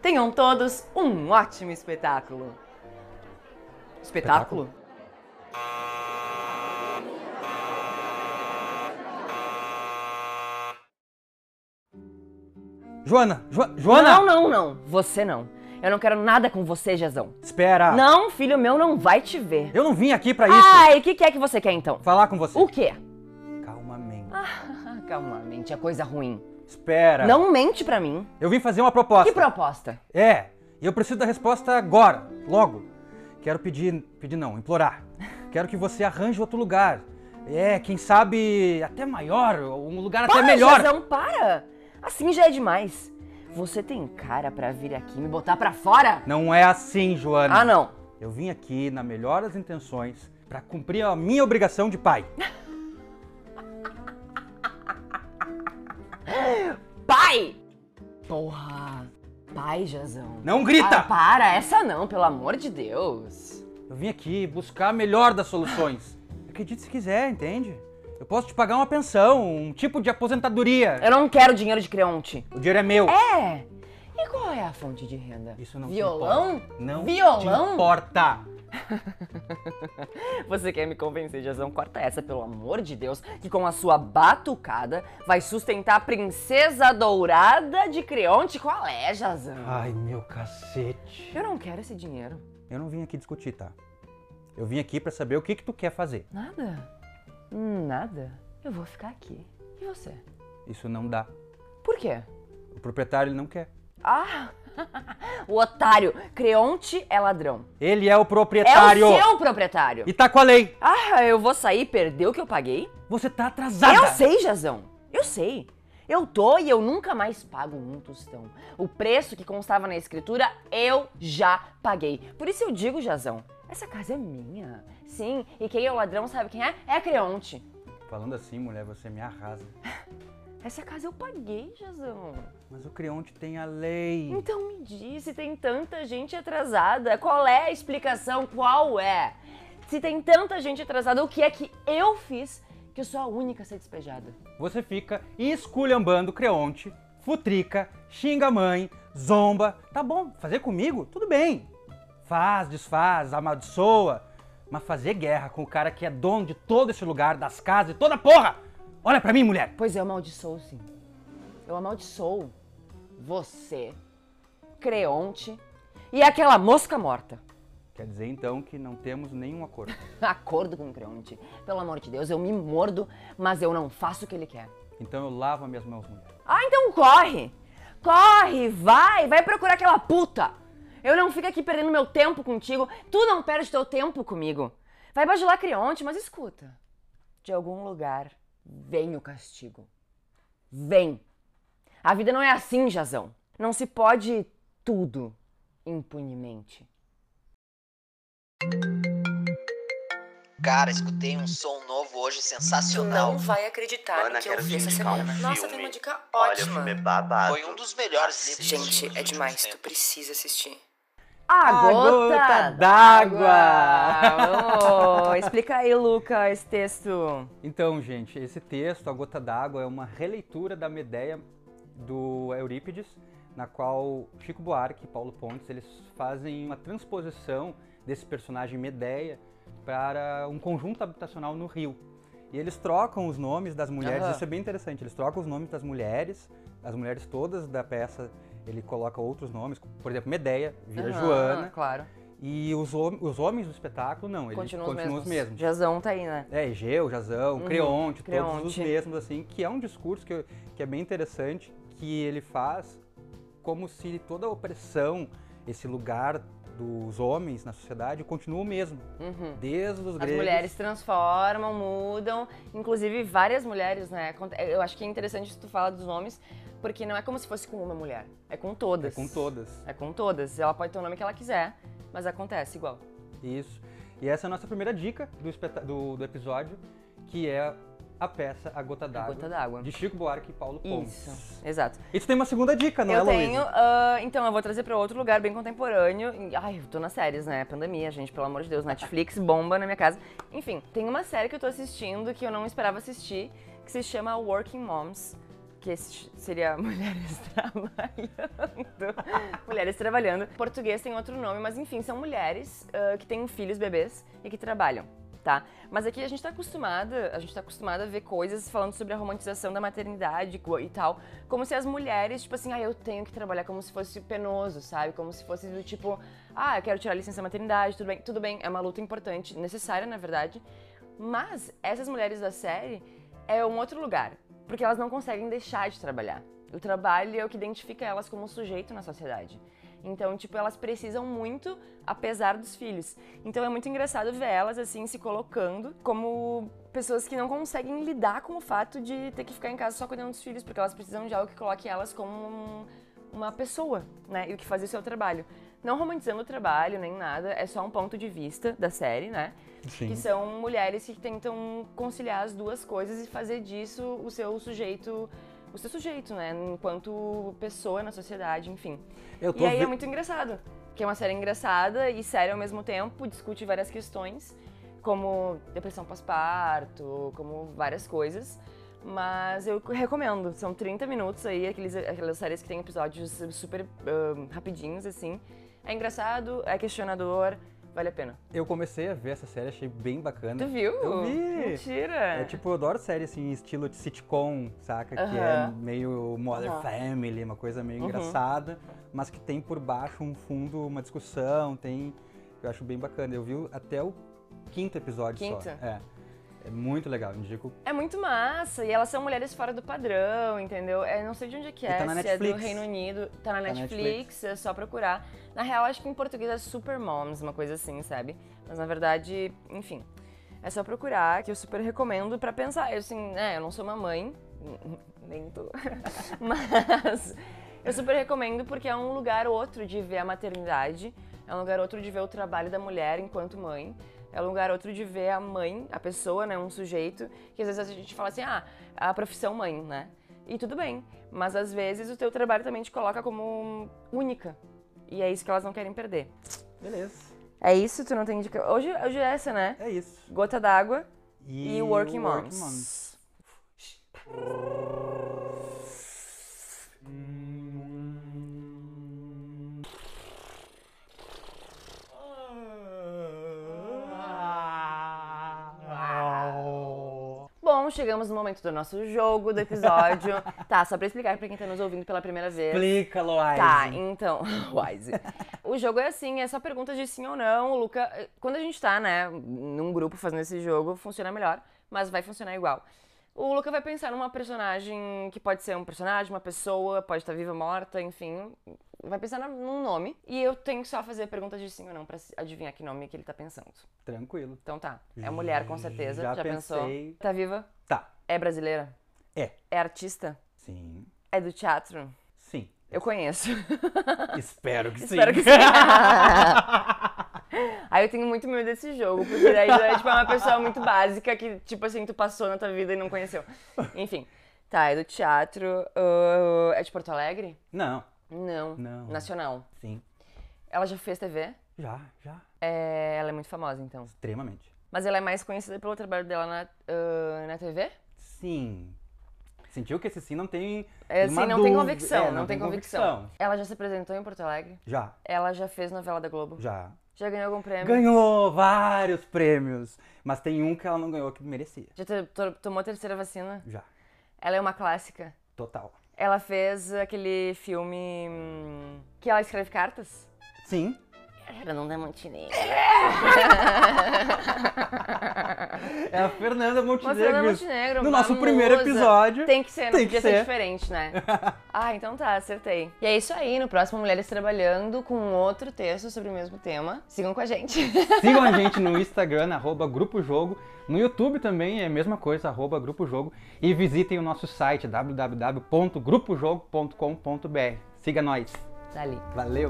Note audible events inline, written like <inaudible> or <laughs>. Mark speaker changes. Speaker 1: Tenham todos um ótimo espetáculo. Espetáculo?
Speaker 2: Joana! Jo- Joana!
Speaker 1: Não, não, não. Você não. Eu não quero nada com você, Jezão.
Speaker 2: Espera!
Speaker 1: Não, filho meu não vai te ver.
Speaker 2: Eu não vim aqui pra
Speaker 1: Ai, o que, que é que você quer então?
Speaker 2: Falar com você.
Speaker 1: O <laughs> quê?
Speaker 2: Calmamente.
Speaker 1: Ah, calmamente, é coisa ruim.
Speaker 2: Espera.
Speaker 1: É. Não mente pra mim.
Speaker 2: Eu vim fazer uma proposta.
Speaker 1: Que proposta?
Speaker 2: É, e eu preciso da resposta agora, logo. Quero pedir, pedir não, implorar. Quero que você arranje outro lugar. É, quem sabe até maior, um lugar até
Speaker 1: para, é
Speaker 2: melhor.
Speaker 1: Jezão, para! Assim já é demais. Você tem cara pra vir aqui me botar pra fora?
Speaker 2: Não é assim, Joana.
Speaker 1: Ah, não.
Speaker 2: Eu vim aqui na melhor das intenções pra cumprir a minha obrigação de pai.
Speaker 1: Pai! Porra! Pai, Jazão.
Speaker 2: Não grita!
Speaker 1: Ah, para, essa não, pelo amor de Deus.
Speaker 2: Eu vim aqui buscar a melhor das soluções. Acredite se quiser, entende? Eu posso te pagar uma pensão, um tipo de aposentadoria.
Speaker 1: Eu não quero dinheiro de creonte.
Speaker 2: O dinheiro é meu.
Speaker 1: É! E qual é a fonte de renda?
Speaker 2: Isso não te
Speaker 1: Violão?
Speaker 2: importa. Não te
Speaker 1: Violão?
Speaker 2: importa.
Speaker 1: Você quer me convencer, Jazão? Corta essa, pelo amor de Deus, que com a sua batucada vai sustentar a princesa dourada de creonte. Qual é, Jazão?
Speaker 2: Ai, meu cacete.
Speaker 1: Eu não quero esse dinheiro.
Speaker 2: Eu não vim aqui discutir, tá? Eu vim aqui pra saber o que que tu quer fazer.
Speaker 1: Nada? Nada? Eu vou ficar aqui. E você?
Speaker 2: Isso não dá.
Speaker 1: Por quê?
Speaker 2: O proprietário ele não quer.
Speaker 1: Ah! <laughs> O otário! Creonte é ladrão.
Speaker 2: Ele é o
Speaker 1: É
Speaker 2: proprietário.
Speaker 1: o seu proprietário!
Speaker 2: E tá com a lei.
Speaker 1: Ah, eu vou sair e perder o que eu paguei?
Speaker 2: Você tá atrasada.
Speaker 1: Eu sei, Jazão! Eu sei! Eu tô e eu nunca mais pago um tostão. O preço que constava na escritura eu já paguei. Por isso eu digo, Jazão, essa casa é minha. Sim, e quem é o ladrão sabe quem é? É Creonte.
Speaker 2: Falando assim, mulher, você me arrasa.
Speaker 1: Essa casa eu paguei, Jazão.
Speaker 2: Mas o Creonte tem a lei.
Speaker 1: Então me diz, se tem tanta gente atrasada, qual é a explicação? Qual é? Se tem tanta gente atrasada, o que é que eu fiz que eu sou a única a ser despejada?
Speaker 2: Você fica esculhambando Creonte, futrica, xinga a mãe, zomba. Tá bom, fazer comigo? Tudo bem. Faz, desfaz, amaldiçoa. Mas fazer guerra com o cara que é dono de todo esse lugar, das casas e toda a porra! Olha pra mim, mulher!
Speaker 1: Pois eu amaldiçoo sim. Eu amaldiçoo você, Creonte e aquela mosca morta. <laughs>
Speaker 2: Quer dizer então que não temos nenhum acordo.
Speaker 1: Acordo com o Creonte. Pelo amor de Deus, eu me mordo, mas eu não faço o que ele quer.
Speaker 2: Então eu lavo as minhas mãos, mulher.
Speaker 1: Ah, então corre! Corre, vai, vai procurar aquela puta! Eu não fico aqui perdendo meu tempo contigo, tu não perde teu tempo comigo. Vai bajular Crionte, mas escuta. De algum lugar vem o castigo. Vem! A vida não é assim, Jazão. Não se pode tudo impunemente.
Speaker 3: Cara, escutei um som novo hoje
Speaker 4: Tu
Speaker 3: sensacional. um
Speaker 4: não vai acreditar
Speaker 5: Ana,
Speaker 4: no que eu
Speaker 5: quero
Speaker 4: vi
Speaker 5: te
Speaker 4: essa
Speaker 5: indicar um
Speaker 4: semana. Nossa,
Speaker 5: filme.
Speaker 4: tem uma dica
Speaker 5: Olha, o
Speaker 4: ótima.
Speaker 5: filme é babado.
Speaker 3: Foi um dos melhores livros.
Speaker 4: Gente,
Speaker 3: dos
Speaker 4: é
Speaker 3: últimos
Speaker 4: demais, tu
Speaker 3: tempos.
Speaker 4: precisa assistir.
Speaker 1: A gota,
Speaker 2: Ah, gota
Speaker 1: d'água! Oh, explica aí, Luca, esse texto.
Speaker 2: Então, gente, esse texto, A Gota d'Água, é uma releitura da Medeia do Eurípides, na qual Chico Buarque e Paulo Pontes eles fazem uma transposição desse personagem Medeia para um conjunto habitacional no Rio. E eles trocam os nomes das mulheres,
Speaker 1: Aham.
Speaker 2: isso é bem interessante, eles trocam os nomes das mulheres, as mulheres todas da peça, ele coloca outros nomes, por exemplo, Medeia vira
Speaker 1: Aham,
Speaker 2: Joana,
Speaker 1: Claro.
Speaker 2: e os, hom- os homens do espetáculo não, eles
Speaker 1: Continuam os
Speaker 2: continuam
Speaker 1: mesmos.
Speaker 2: os mesmos.
Speaker 1: Jazão tá aí, né?
Speaker 2: É, Egeu, Jazão,
Speaker 1: Uhum,
Speaker 2: Creonte, todos os
Speaker 1: Creonte.
Speaker 2: mesmos, assim, que é um discurso que, eu- que é bem interessante, que ele faz como se toda a opressão esse lugar dos homens na sociedade continua o mesmo,
Speaker 1: Uhum.
Speaker 2: desde os
Speaker 1: As
Speaker 2: gregos.
Speaker 1: mulheres transformam, mudam, inclusive várias mulheres, né? Aconte- Eu acho que é interessante se tu fala dos nomes, porque não é como se fosse com uma mulher, é com
Speaker 2: É
Speaker 1: todas.
Speaker 2: com todas.
Speaker 1: É com todas. Ela pode ter o nome que ela quiser, mas acontece igual.
Speaker 2: Isso. E essa é a nossa primeira dica do, espeta- do- do episódio, que é a peça A Gota
Speaker 1: A
Speaker 2: d'Água,
Speaker 1: gota d'água.
Speaker 2: de Chico Buarque e Paulo Pontes.
Speaker 1: Isso, exato.
Speaker 2: E tu tem uma segunda dica, não é,
Speaker 1: eu
Speaker 2: Luísa?
Speaker 1: tenho, ah, então eu vou trazer pra outro lugar bem contemporâneo. E- Ai, eu tô nas séries, né? Pandemia, gente, pelo amor de Deus, Netflix bomba na minha casa. Enfim, tem uma série que eu tô assistindo que eu não esperava assistir, que se chama Working Moms, que esse- seria <laughs> mulheres trabalhando. mulheres trabalhando. Em Português tem outro nome, mas enfim, são mulheres ah, que têm filhos, bebês e que trabalham. Tá? Mas aqui a gente tá acostumada, a gente tá acostumada a ver coisas falando sobre a romantização da maternidade co- e tal, como se as mulheres, tipo assim, ah, eu tenho que trabalhar como se fosse penoso, sabe? Como se fosse do tipo, ah, eu quero tirar a licença maternidade, tudo bem, tudo bem, é uma luta importante, necessária, na verdade. Mas essas mulheres da série é um outro lugar, porque elas não conseguem deixar de trabalhar. O trabalho é o que identifica elas como um sujeito na sociedade. Então, tipo, elas precisam muito, apesar dos filhos. Então é muito engraçado ver elas, assim, se colocando como pessoas que não conseguem lidar com o fato de ter que ficar em casa só cuidando dos filhos, porque elas precisam de algo que coloque elas como um- uma pessoa, né? E o que fazer o seu trabalho. Não romantizando o trabalho, nem nada, é só um ponto de vista da série, né?
Speaker 2: Sim.
Speaker 1: que são mulheres que tentam conciliar as duas coisas e fazer disso o seu sujeito, o seu sujeito, né, enquanto pessoa na sociedade, enfim.
Speaker 2: Eu
Speaker 1: E
Speaker 2: tô
Speaker 1: aí é
Speaker 2: ve-
Speaker 1: muito engraçado, que é uma série engraçada e séria ao mesmo tempo, discute várias questões, como depressão pós-parto, como várias coisas. Mas eu recomendo, são 30 minutos aí, aqueles, aquelas séries que tem episódios super ahn, rapidinhos, assim. É engraçado, é questionador, vale a pena.
Speaker 2: Eu comecei a ver essa série, achei bem bacana.
Speaker 1: Tu viu?
Speaker 2: Eu vi.
Speaker 1: Mentira!
Speaker 2: É tipo, eu adoro série assim, estilo de sitcom, saca? Que é
Speaker 1: Aham.
Speaker 2: meio Modern
Speaker 1: Aham.
Speaker 2: Family, uma coisa meio
Speaker 1: Uhum.
Speaker 2: engraçada, mas que tem por baixo um fundo, uma discussão, tem. Eu acho bem bacana. Eu vi até o quinto episódio só.
Speaker 1: Quinto?
Speaker 2: É. É muito legal, indico.
Speaker 1: É muito massa, e elas são mulheres fora do padrão, entendeu? É, não sei de onde é que
Speaker 2: E
Speaker 1: é,
Speaker 2: tá na
Speaker 1: se é do
Speaker 2: Netflix.
Speaker 1: Reino Unido,
Speaker 2: Tá
Speaker 1: tá na
Speaker 2: na
Speaker 1: Netflix,
Speaker 2: Netflix.
Speaker 1: é só procurar. Na real, acho que em português é Super Moms, uma coisa assim, sabe? Mas na verdade, enfim, é só procurar, que eu super recomendo pra pensar. Eu, assim, né, eu não sou mamãe, <laughs> nem tô, <laughs> mas eu super recomendo porque é um lugar outro de ver a maternidade, é um lugar outro de ver o trabalho da mulher enquanto mãe. É um lugar outro de ver a mãe, a pessoa, né, um sujeito, que às vezes a gente fala assim, ah, a profissão mãe, né? E tudo bem, mas às vezes o teu trabalho também te coloca como única. E é isso que elas não querem perder.
Speaker 2: Beleza.
Speaker 1: É isso, tu não tem dica. Hoje, hoje é essa, né?
Speaker 2: É isso.
Speaker 1: Gota d'água
Speaker 2: E,
Speaker 1: e, Working
Speaker 2: o
Speaker 1: Moms. Bom, chegamos no momento do nosso jogo do episódio. <laughs> tá, só pra explicar pra quem tá nos ouvindo pela primeira vez.
Speaker 2: Explica, Loais.
Speaker 1: Tá, então, <laughs> Wise. O jogo é assim, é só perguntas de sim ou não. O Luca, quando a gente tá, né, num grupo fazendo esse jogo, funciona melhor, mas vai funcionar igual. O Luca vai pensar numa personagem que pode ser um personagem, uma pessoa, pode estar viva, morta, enfim. Vai pensar na- num nome. E eu tenho que só fazer perguntas de sim ou não pra se- adivinhar que nome que ele tá pensando.
Speaker 2: Tranquilo.
Speaker 1: Então tá. É mulher, com certeza.
Speaker 2: Já
Speaker 1: Já, pensou?
Speaker 2: pensei.
Speaker 1: Tá viva?
Speaker 2: Tá.
Speaker 1: É brasileira?
Speaker 2: É.
Speaker 1: É artista?
Speaker 2: Sim.
Speaker 1: É do teatro?
Speaker 2: Sim.
Speaker 1: Eu conheço. <laughs>
Speaker 2: Espero que sim. <laughs>
Speaker 1: Espero que sim. Aí eu tenho muito medo desse jogo, porque daí tu é tipo, uma pessoa muito básica que, tipo assim, tu passou na tua vida e não conheceu. Enfim. Tá, é do teatro. ah, é de Porto Alegre?
Speaker 2: Não.
Speaker 1: Não.
Speaker 2: Não.
Speaker 1: Nacional.
Speaker 2: Sim.
Speaker 1: Ela já fez TV?
Speaker 2: Já, já.
Speaker 1: É, ela é muito famosa, então.
Speaker 2: Extremamente.
Speaker 1: Mas ela é mais conhecida pelo trabalho dela na, ah, na TV?
Speaker 2: Sim. Sentiu que esse sim não tem.
Speaker 1: É,
Speaker 2: uma
Speaker 1: assim, não tem
Speaker 2: dúvida.
Speaker 1: convicção,
Speaker 2: É,
Speaker 1: não, tem convicção. Ela já se apresentou em Porto Alegre?
Speaker 2: Já,
Speaker 1: Ela já fez novela da Globo?
Speaker 2: já.
Speaker 1: Já ganhou algum prêmio?
Speaker 2: Ganhou vários prêmios, mas tem um que ela não ganhou que merecia.
Speaker 1: Já te- to- tomou a terceira vacina?
Speaker 2: Já,
Speaker 1: Ela é uma clássica.
Speaker 2: total.
Speaker 1: Ela fez aquele filme hum, que ela escreve cartas. É,
Speaker 2: Sim,
Speaker 1: Era não da Montenegro.
Speaker 2: É a Fernanda Montenegro.
Speaker 1: Fernanda Montenegro,
Speaker 2: No nosso
Speaker 1: Vanusa.
Speaker 2: primeiro episódio.
Speaker 1: Tem que ser, não
Speaker 2: Tem que
Speaker 1: podia
Speaker 2: ser.
Speaker 1: ser
Speaker 2: <laughs>
Speaker 1: diferente, né? ah, então tá, acertei. E é isso aí, no próximo Mulheres Trabalhando com um outro texto sobre o mesmo tema. Sigam com a gente. <laughs>
Speaker 2: Sigam a gente no Instagram, <laughs> arroba Grupo Jogo. No YouTube também é a mesma coisa, arroba Grupo Jogo. E visitem o nosso site, www.grupojogo.com.br. Siga nós.
Speaker 1: tá ali.
Speaker 2: Valeu!